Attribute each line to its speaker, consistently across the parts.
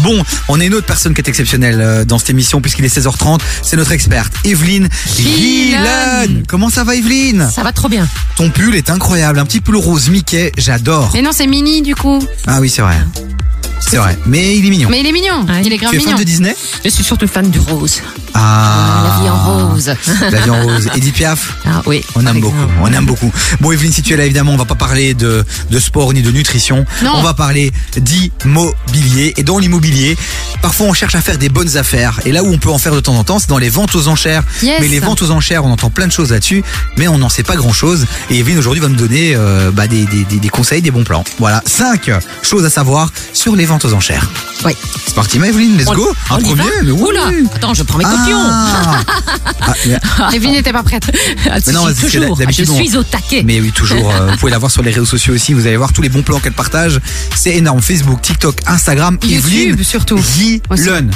Speaker 1: Bon, on a une autre personne qui est exceptionnelle euh, dans cette émission puisqu'il est 16h30. C'est notre experte, Evelyne
Speaker 2: Gillen.
Speaker 1: Gillen. Comment ça va, Evelyne
Speaker 2: Ça va trop bien.
Speaker 1: Ton pull est incroyable. Un petit pull rose Mickey, j'adore.
Speaker 2: Mais non, c'est mini du coup.
Speaker 1: Ah oui, c'est vrai. C'est vrai. Mais il est mignon.
Speaker 2: Mais il est mignon.
Speaker 3: Ouais.
Speaker 2: Il est grave
Speaker 1: Tu es fan
Speaker 2: mignon.
Speaker 1: de Disney
Speaker 3: Je suis surtout fan du rose.
Speaker 1: Ah.
Speaker 3: Ah, la vie en rose.
Speaker 1: La vie en rose. Edith Piaf
Speaker 3: Ah oui.
Speaker 1: on
Speaker 3: par
Speaker 1: aime beaucoup,
Speaker 3: exemple.
Speaker 1: on aime beaucoup. Bon, Evelyne, si tu es là, évidemment, on va pas parler de, de sport ni de nutrition.
Speaker 2: Non.
Speaker 1: On va parler d'immobilier. Et dans l'immobilier, parfois, on cherche à faire des bonnes affaires. Et là où on peut en faire de temps en temps, c'est dans les ventes aux enchères.
Speaker 2: Yes.
Speaker 1: Mais les ventes aux enchères, on entend plein de choses là-dessus, mais on n'en sait pas grand-chose. Et Evelyne, aujourd'hui, va nous donner euh, bah, des, des- des- des conseils, des bons plans. Voilà, cinq choses à savoir sur les ventes aux enchères.
Speaker 3: Ouais.
Speaker 1: C'est parti, ma Evelyne, let's
Speaker 3: On-
Speaker 1: go.
Speaker 3: on
Speaker 1: Un
Speaker 3: y
Speaker 1: premier,
Speaker 3: va
Speaker 1: mais oui.
Speaker 3: Oula, attends, je prends mes copions.
Speaker 1: Ah. Ah, mais-
Speaker 2: Evelyne n'était pas prête.
Speaker 3: Ah, si,
Speaker 1: Mais non,
Speaker 3: si,
Speaker 1: parce que
Speaker 3: toujours. Ah, je
Speaker 1: d'habitude, on-
Speaker 3: suis au taquet.
Speaker 1: Mais oui, toujours. euh, vous pouvez la voir sur les réseaux sociaux aussi. Vous allez voir tous les bons plans qu'elle partage. C'est énorme. Facebook, TikTok, Instagram, Evelyne.
Speaker 2: YouTube surtout. Aussi.
Speaker 1: G-Len.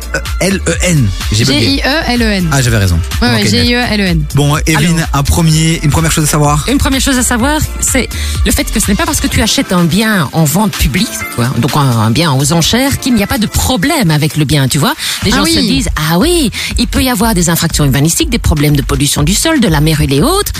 Speaker 1: G-I-L-E-N. J'ai bugué.
Speaker 2: G-I-E-l-E-N.
Speaker 1: Ah, j'avais raison.
Speaker 2: Ouais, ouais,
Speaker 1: Ok, net.
Speaker 2: G-I-E-L-E-N.
Speaker 1: Bon, euh, Evelyne, un premier, une première chose à savoir.
Speaker 3: Une première chose à savoir, c'est le fait que ce n'est pas parce que tu achètes un bien en vente publique, quoi, donc un, un bien aux enchères, qu'il n'y a pas de problème avec le bien, tu vois. Les
Speaker 2: Ah
Speaker 3: gens
Speaker 2: oui.
Speaker 3: se disent, ah oui, il peut y avoir des infractions urbanistiques, des problèmes de pollution du sol, de la mer et les autres.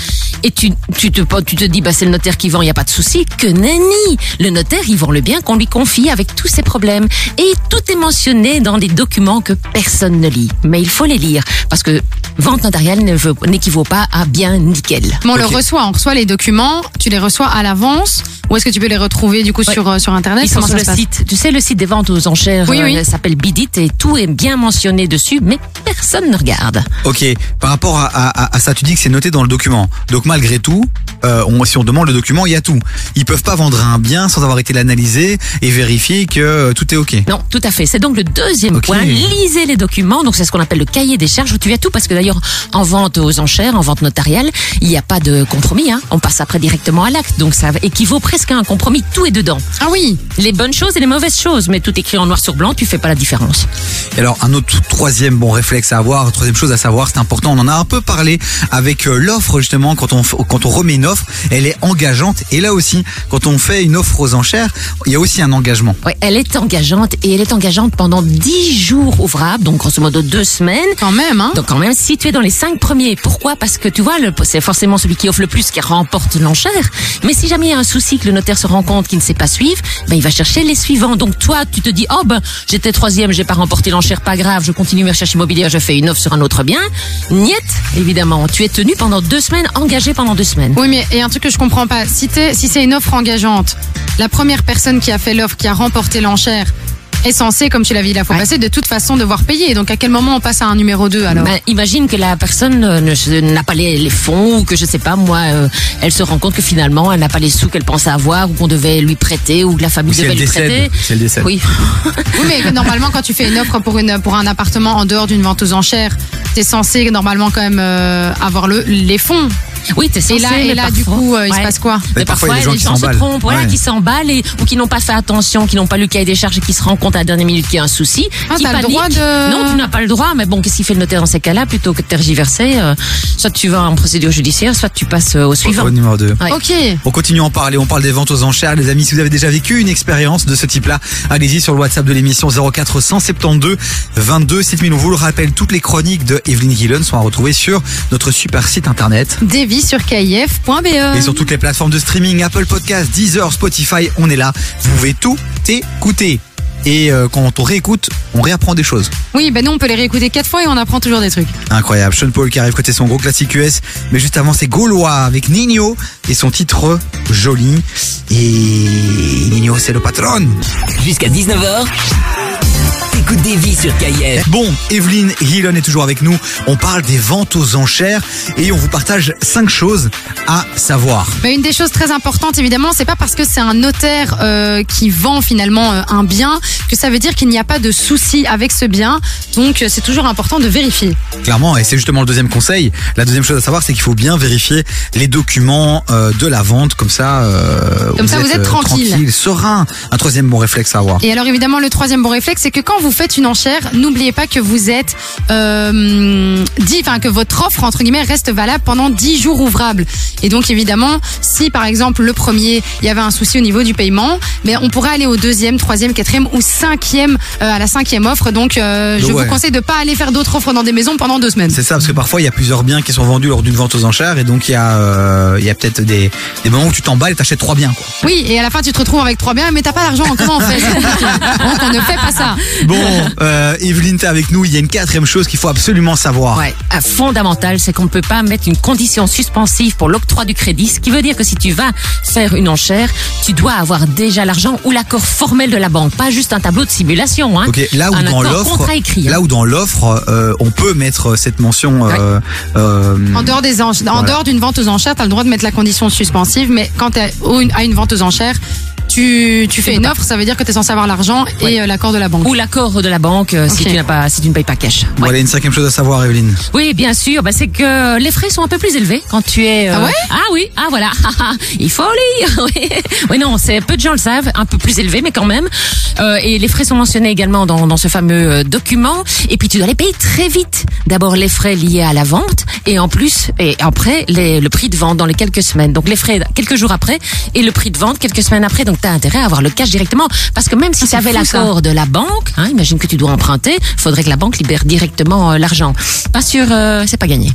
Speaker 3: Et tu, tu, te, tu te dis, bah, c'est le notaire qui vend, il n'y a pas de souci. Que nenni Le notaire, il vend le bien qu'on lui confie avec tous ses problèmes. Et tout est mentionné dans des documents que personne ne lit. Mais il faut les lire, parce que vente notariale ne veut- n'équivaut pas à bien nickel.
Speaker 2: Bon, on le
Speaker 1: Ok.
Speaker 2: reçoit. On reçoit les documents. Tu les reçois à l'avance. Ou est-ce que tu peux les retrouver du coup sur, euh, sur Internet
Speaker 3: Ils sont
Speaker 2: Comment
Speaker 3: sur
Speaker 2: ça
Speaker 3: le
Speaker 2: se passe
Speaker 3: site. Tu sais, le site des ventes aux enchères
Speaker 2: Oui, oui.
Speaker 3: euh, s'appelle Bidit et tout est bien mentionné dessus, mais personne ne regarde.
Speaker 1: Ok. Par rapport à, à- à ça, tu dis que c'est noté dans le document. Donc, malgré tout, euh, on- si on demande le document, il y a tout. Ils peuvent pas vendre un bien sans avoir été l'analyser et vérifier que euh, tout est ok.
Speaker 3: Non, tout à fait. C'est donc le deuxième
Speaker 1: Ok.
Speaker 3: point. Lisez les documents. Donc, c'est ce qu'on appelle le cahier des charges où tu as tout. Parce que d'ailleurs, en vente aux enchères, en vente notariale, il n'y a pas de compromis. hein. On passe après directement à l'acte. Donc, ça équivaut presque à un compromis. Tout est dedans.
Speaker 2: Ah oui.
Speaker 3: Les bonnes choses et les mauvaises choses. Mais tout écrit en noir sur blanc, tu fais pas la différence.
Speaker 1: Et alors un autre troisième bon réflexe à avoir, troisième chose à savoir, c'est important, on en a un peu parlé avec euh, l'offre justement quand on f- quand on remet une offre, elle est engageante et là aussi quand on fait une offre aux enchères, il y a aussi un engagement.
Speaker 3: Ouais, elle est engageante et elle est engageante pendant 10 jours ouvrables. Donc, grosso modo, deux semaines.
Speaker 2: Quand même, hein.
Speaker 3: Donc quand même, si tu es dans les cinq premiers, pourquoi Parce que tu vois, le- c'est forcément celui qui offre le plus qui remporte l'enchère. Mais si jamais il y a un souci que le notaire se rend compte qu'il ne sait pas suivre, ben il va chercher les suivants. Donc toi, tu te dis, oh ben j'étais troisième, j'ai pas remporté l'enchère, pas grave, je continue mes recherches immobilières, je fais une offre sur un autre bien. Niet, évidemment, tu es tenu pendant deux semaines, engagé pendant deux semaines.
Speaker 2: Oui, mais et un truc que je comprends pas. Si, t'es- si c'est une offre engageante, la première personne qui a fait l'offre, qui a remporté l'enchère, est censée, comme tu l'as dit la fois passée, de toute façon devoir payer. Donc à quel moment on passe à un numéro 2 alors
Speaker 3: Ben, imagine que la personne euh, ne- se- n'a pas les, les fonds ou que je sais pas moi, euh, elle se rend compte que finalement elle n'a pas les sous qu'elle pensait avoir ou qu'on devait lui prêter ou que la famille
Speaker 1: Ou si
Speaker 3: devait
Speaker 1: elle
Speaker 3: lui
Speaker 1: décède,
Speaker 3: prêter.
Speaker 1: si elle décède.
Speaker 3: Oui.
Speaker 2: Oui, mais normalement, quand tu fais une offre pour, une, pour un appartement en dehors d'une vente aux enchères, t'es censé normalement quand même euh, avoir le, les fonds.
Speaker 3: Oui, t'es censé.
Speaker 2: Et là, et
Speaker 3: mais
Speaker 2: là
Speaker 3: parfois-
Speaker 2: du coup, euh, il se
Speaker 3: Ouais.
Speaker 2: passe quoi
Speaker 1: Mais
Speaker 3: Mais parfois,
Speaker 1: parfois, il y a des
Speaker 3: les
Speaker 1: gens
Speaker 3: gens
Speaker 1: qui
Speaker 3: se
Speaker 1: s'emballent.
Speaker 3: trompent, voilà,
Speaker 1: Ouais.
Speaker 3: qui s'emballent et, ou qui n'ont pas fait attention, qui n'ont pas lu le cahier des charges et qui se rendent compte à la dernière minute qu'il y a un souci.
Speaker 2: Ah,
Speaker 3: qui
Speaker 2: t'as le
Speaker 3: paniquent.
Speaker 2: droit de-
Speaker 3: Non, tu n'as pas le droit, mais bon, qu'est-ce qu'il fait le notaire dans ces cas-là Plutôt que de tergiverser, euh, soit tu vas en procédure judiciaire, soit tu passes euh, au suivant.
Speaker 1: Au numéro 2.
Speaker 3: Ouais.
Speaker 2: Ok.
Speaker 1: On continue à en parler, on parle des ventes aux enchères. Les amis, si vous avez déjà vécu une expérience de ce type-là, allez-y sur le WhatsApp de l'émission 0472 22 7000. On vous le rappelle, toutes les chroniques de Evelyne Gillen sont à retrouver sur notre super site internet.
Speaker 2: Devis sur kif.be.
Speaker 1: Et sur toutes les plateformes de streaming, Apple Podcasts, Deezer, Spotify, on est là. Vous pouvez tout écouter. Et euh, quand on réécoute, on réapprend des choses.
Speaker 2: Oui, ben nous, on peut les réécouter quatre fois et on apprend toujours des trucs.
Speaker 1: Incroyable. Sean Paul qui arrive côté son gros classique US. Mais juste avant, c'est Gaulois avec Nino et son titre joli. Et Nino, c'est le patron.
Speaker 4: Jusqu'à 19h, t'écoutes des vies sur KIF.
Speaker 1: Bon, Evelyne Gillon est toujours avec nous. On parle des ventes aux enchères et on vous partage cinq choses à savoir.
Speaker 2: Mais une des choses très importantes, évidemment, c'est pas parce que c'est un notaire euh, qui vend finalement euh, un bien que ça veut dire qu'il n'y a pas de souci avec ce bien. Donc, euh, c'est toujours important de vérifier.
Speaker 1: Clairement, et c'est justement le deuxième conseil. La deuxième chose à savoir, c'est qu'il faut bien vérifier les documents euh, de la vente, comme ça, euh,
Speaker 2: Comme ça, vous êtes
Speaker 1: euh,
Speaker 2: tranquille.
Speaker 1: serein. Un troisième bon réflexe à avoir.
Speaker 2: Et alors, évidemment, le troisième bon réflexe, c'est que quand vous faites faites une enchère, n'oubliez pas que vous êtes euh, dit, enfin que votre offre entre guillemets reste valable pendant 10 jours ouvrables. Et donc évidemment, si par exemple le premier, il y avait un souci au niveau du paiement, mais on pourrait aller au deuxième, troisième, quatrième ou cinquième euh, à la cinquième offre. Donc euh, je
Speaker 1: Ouais.
Speaker 2: vous conseille de pas aller faire d'autres offres dans des maisons pendant deux semaines.
Speaker 1: C'est ça, parce que parfois il y a plusieurs biens qui sont vendus lors d'une vente aux enchères et donc il y a, euh, il y a peut-être des, des moments où tu t'emballes et t'achètes trois biens. Quoi.
Speaker 2: Oui, et à la fin tu te retrouves avec trois biens, mais t'as pas l'argent. Comment on fait C'est compliqué. Donc on ne fait pas ça.
Speaker 1: Bon, euh, Evelyne, t'es avec nous. Il y a une quatrième chose qu'il faut absolument savoir.
Speaker 3: Ouais, un fondamental, c'est qu'on ne peut pas mettre une condition suspensive pour l'octroi du crédit, ce qui veut dire que si tu vas faire une enchère, tu dois avoir déjà l'argent ou l'accord formel de la banque, pas juste un tableau de simulation. Hein.
Speaker 1: Ok, là où
Speaker 3: un
Speaker 1: dans
Speaker 3: accord,
Speaker 1: l'offre,
Speaker 3: contrat écrit, hein.
Speaker 1: là où dans l'offre, euh, on peut mettre cette mention. euh, euh,
Speaker 3: Mhm.
Speaker 2: En dehors des ench- en
Speaker 1: Voilà.
Speaker 2: dehors d'une vente aux enchères, t'as le droit de mettre la condition suspensive, mais quand t'es au- à une vente aux enchères, tu, tu fais une offre, ça veut dire que t'es censé avoir l'argent et euh, l'accord de la banque.
Speaker 3: Ou l'accord de la banque euh, si
Speaker 2: Ok.
Speaker 3: tu n'as pas, si tu ne payes pas cash. Ouais.
Speaker 1: Voilà une cinquième chose à savoir, Evelyne.
Speaker 3: Oui, bien sûr. Bah, c'est que les frais sont un peu plus élevés quand tu es. euh,
Speaker 2: Ah ouais
Speaker 3: Ah oui. Ah voilà. Il faut lire. oui. Oui, non, c'est peu de gens le savent. Un peu plus élevé, mais quand même. Euh, et les frais sont mentionnés également dans, dans ce fameux euh, document. Et puis tu dois les payer très vite. D'abord les frais liés à la vente et en plus et après les- le prix de vente dans les quelques semaines. Donc les frais quelques jours après et le prix de vente quelques semaines après. Donc tu as intérêt à avoir le cash directement parce que même si tu avais
Speaker 2: Ah, fou, ça.
Speaker 3: l'accord de la banque. hein, imagine que tu dois emprunter, faudrait que la banque libère directement euh, l'argent. Pas sûr, euh, c'est pas gagné.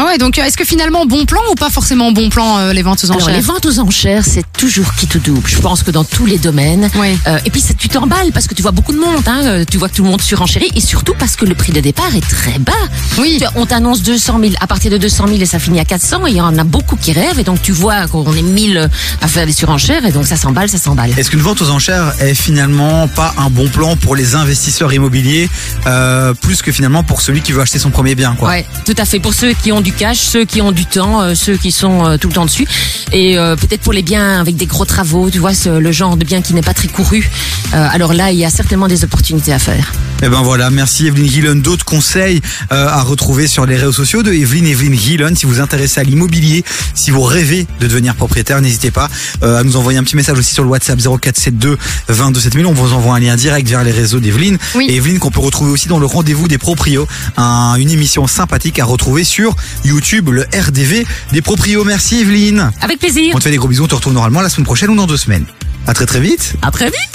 Speaker 2: Ah ouais, donc euh, est-ce que finalement bon plan ou pas forcément bon plan euh, les ventes aux
Speaker 3: Alors
Speaker 2: enchères
Speaker 3: les ventes aux enchères, c'est toujours qui tout double. Je pense que dans tous les domaines.
Speaker 2: Oui.
Speaker 3: Euh, et puis c'est- tu t'emballes parce que tu vois beaucoup de monde. hein, euh, tu vois que tout le monde surenchérit et surtout parce que le prix de départ est très bas.
Speaker 2: Oui.
Speaker 3: Tu- On t'annonce 200 000 à partir de 200 000 et ça finit à 400 et il y en a beaucoup qui rêvent et donc tu vois qu'on est 1000 à faire des surenchères et donc ça s'emballe, ça s'emballe.
Speaker 1: Est-ce qu'une vente aux enchères est finalement pas un bon plan pour les investisseurs immobiliers, euh, plus que finalement pour celui qui veut acheter son premier bien, quoi
Speaker 3: Ouais, tout à fait. Pour ceux qui ont du cash, ceux qui ont du temps, euh, ceux qui sont euh, tout le temps dessus. Et euh, peut-être pour les biens avec des gros travaux, tu vois, ce- le genre de bien qui n'est pas très couru. Euh, alors là, il y a certainement des opportunités à faire.
Speaker 1: Eh ben voilà, merci Evelyne Guillon. D'autres conseils euh, à retrouver sur les réseaux sociaux de Evelyne Evelyne Guillon. Si vous vous intéressez à l'immobilier, si vous rêvez de devenir propriétaire, n'hésitez pas euh, à nous envoyer un petit message aussi sur le WhatsApp 0472 22 7000. On vous envoie un lien direct vers les réseaux d'Evelyne.
Speaker 2: Oui.
Speaker 1: Et Evelyne qu'on peut retrouver aussi dans le rendez-vous des proprios, un- une émission sympathique à retrouver sur YouTube, le RDV des proprios. Merci Evelyne.
Speaker 3: Avec plaisir.
Speaker 1: On te fait des gros bisous. On te retrouve normalement la semaine prochaine ou dans deux semaines. À très très vite.
Speaker 3: À très vite.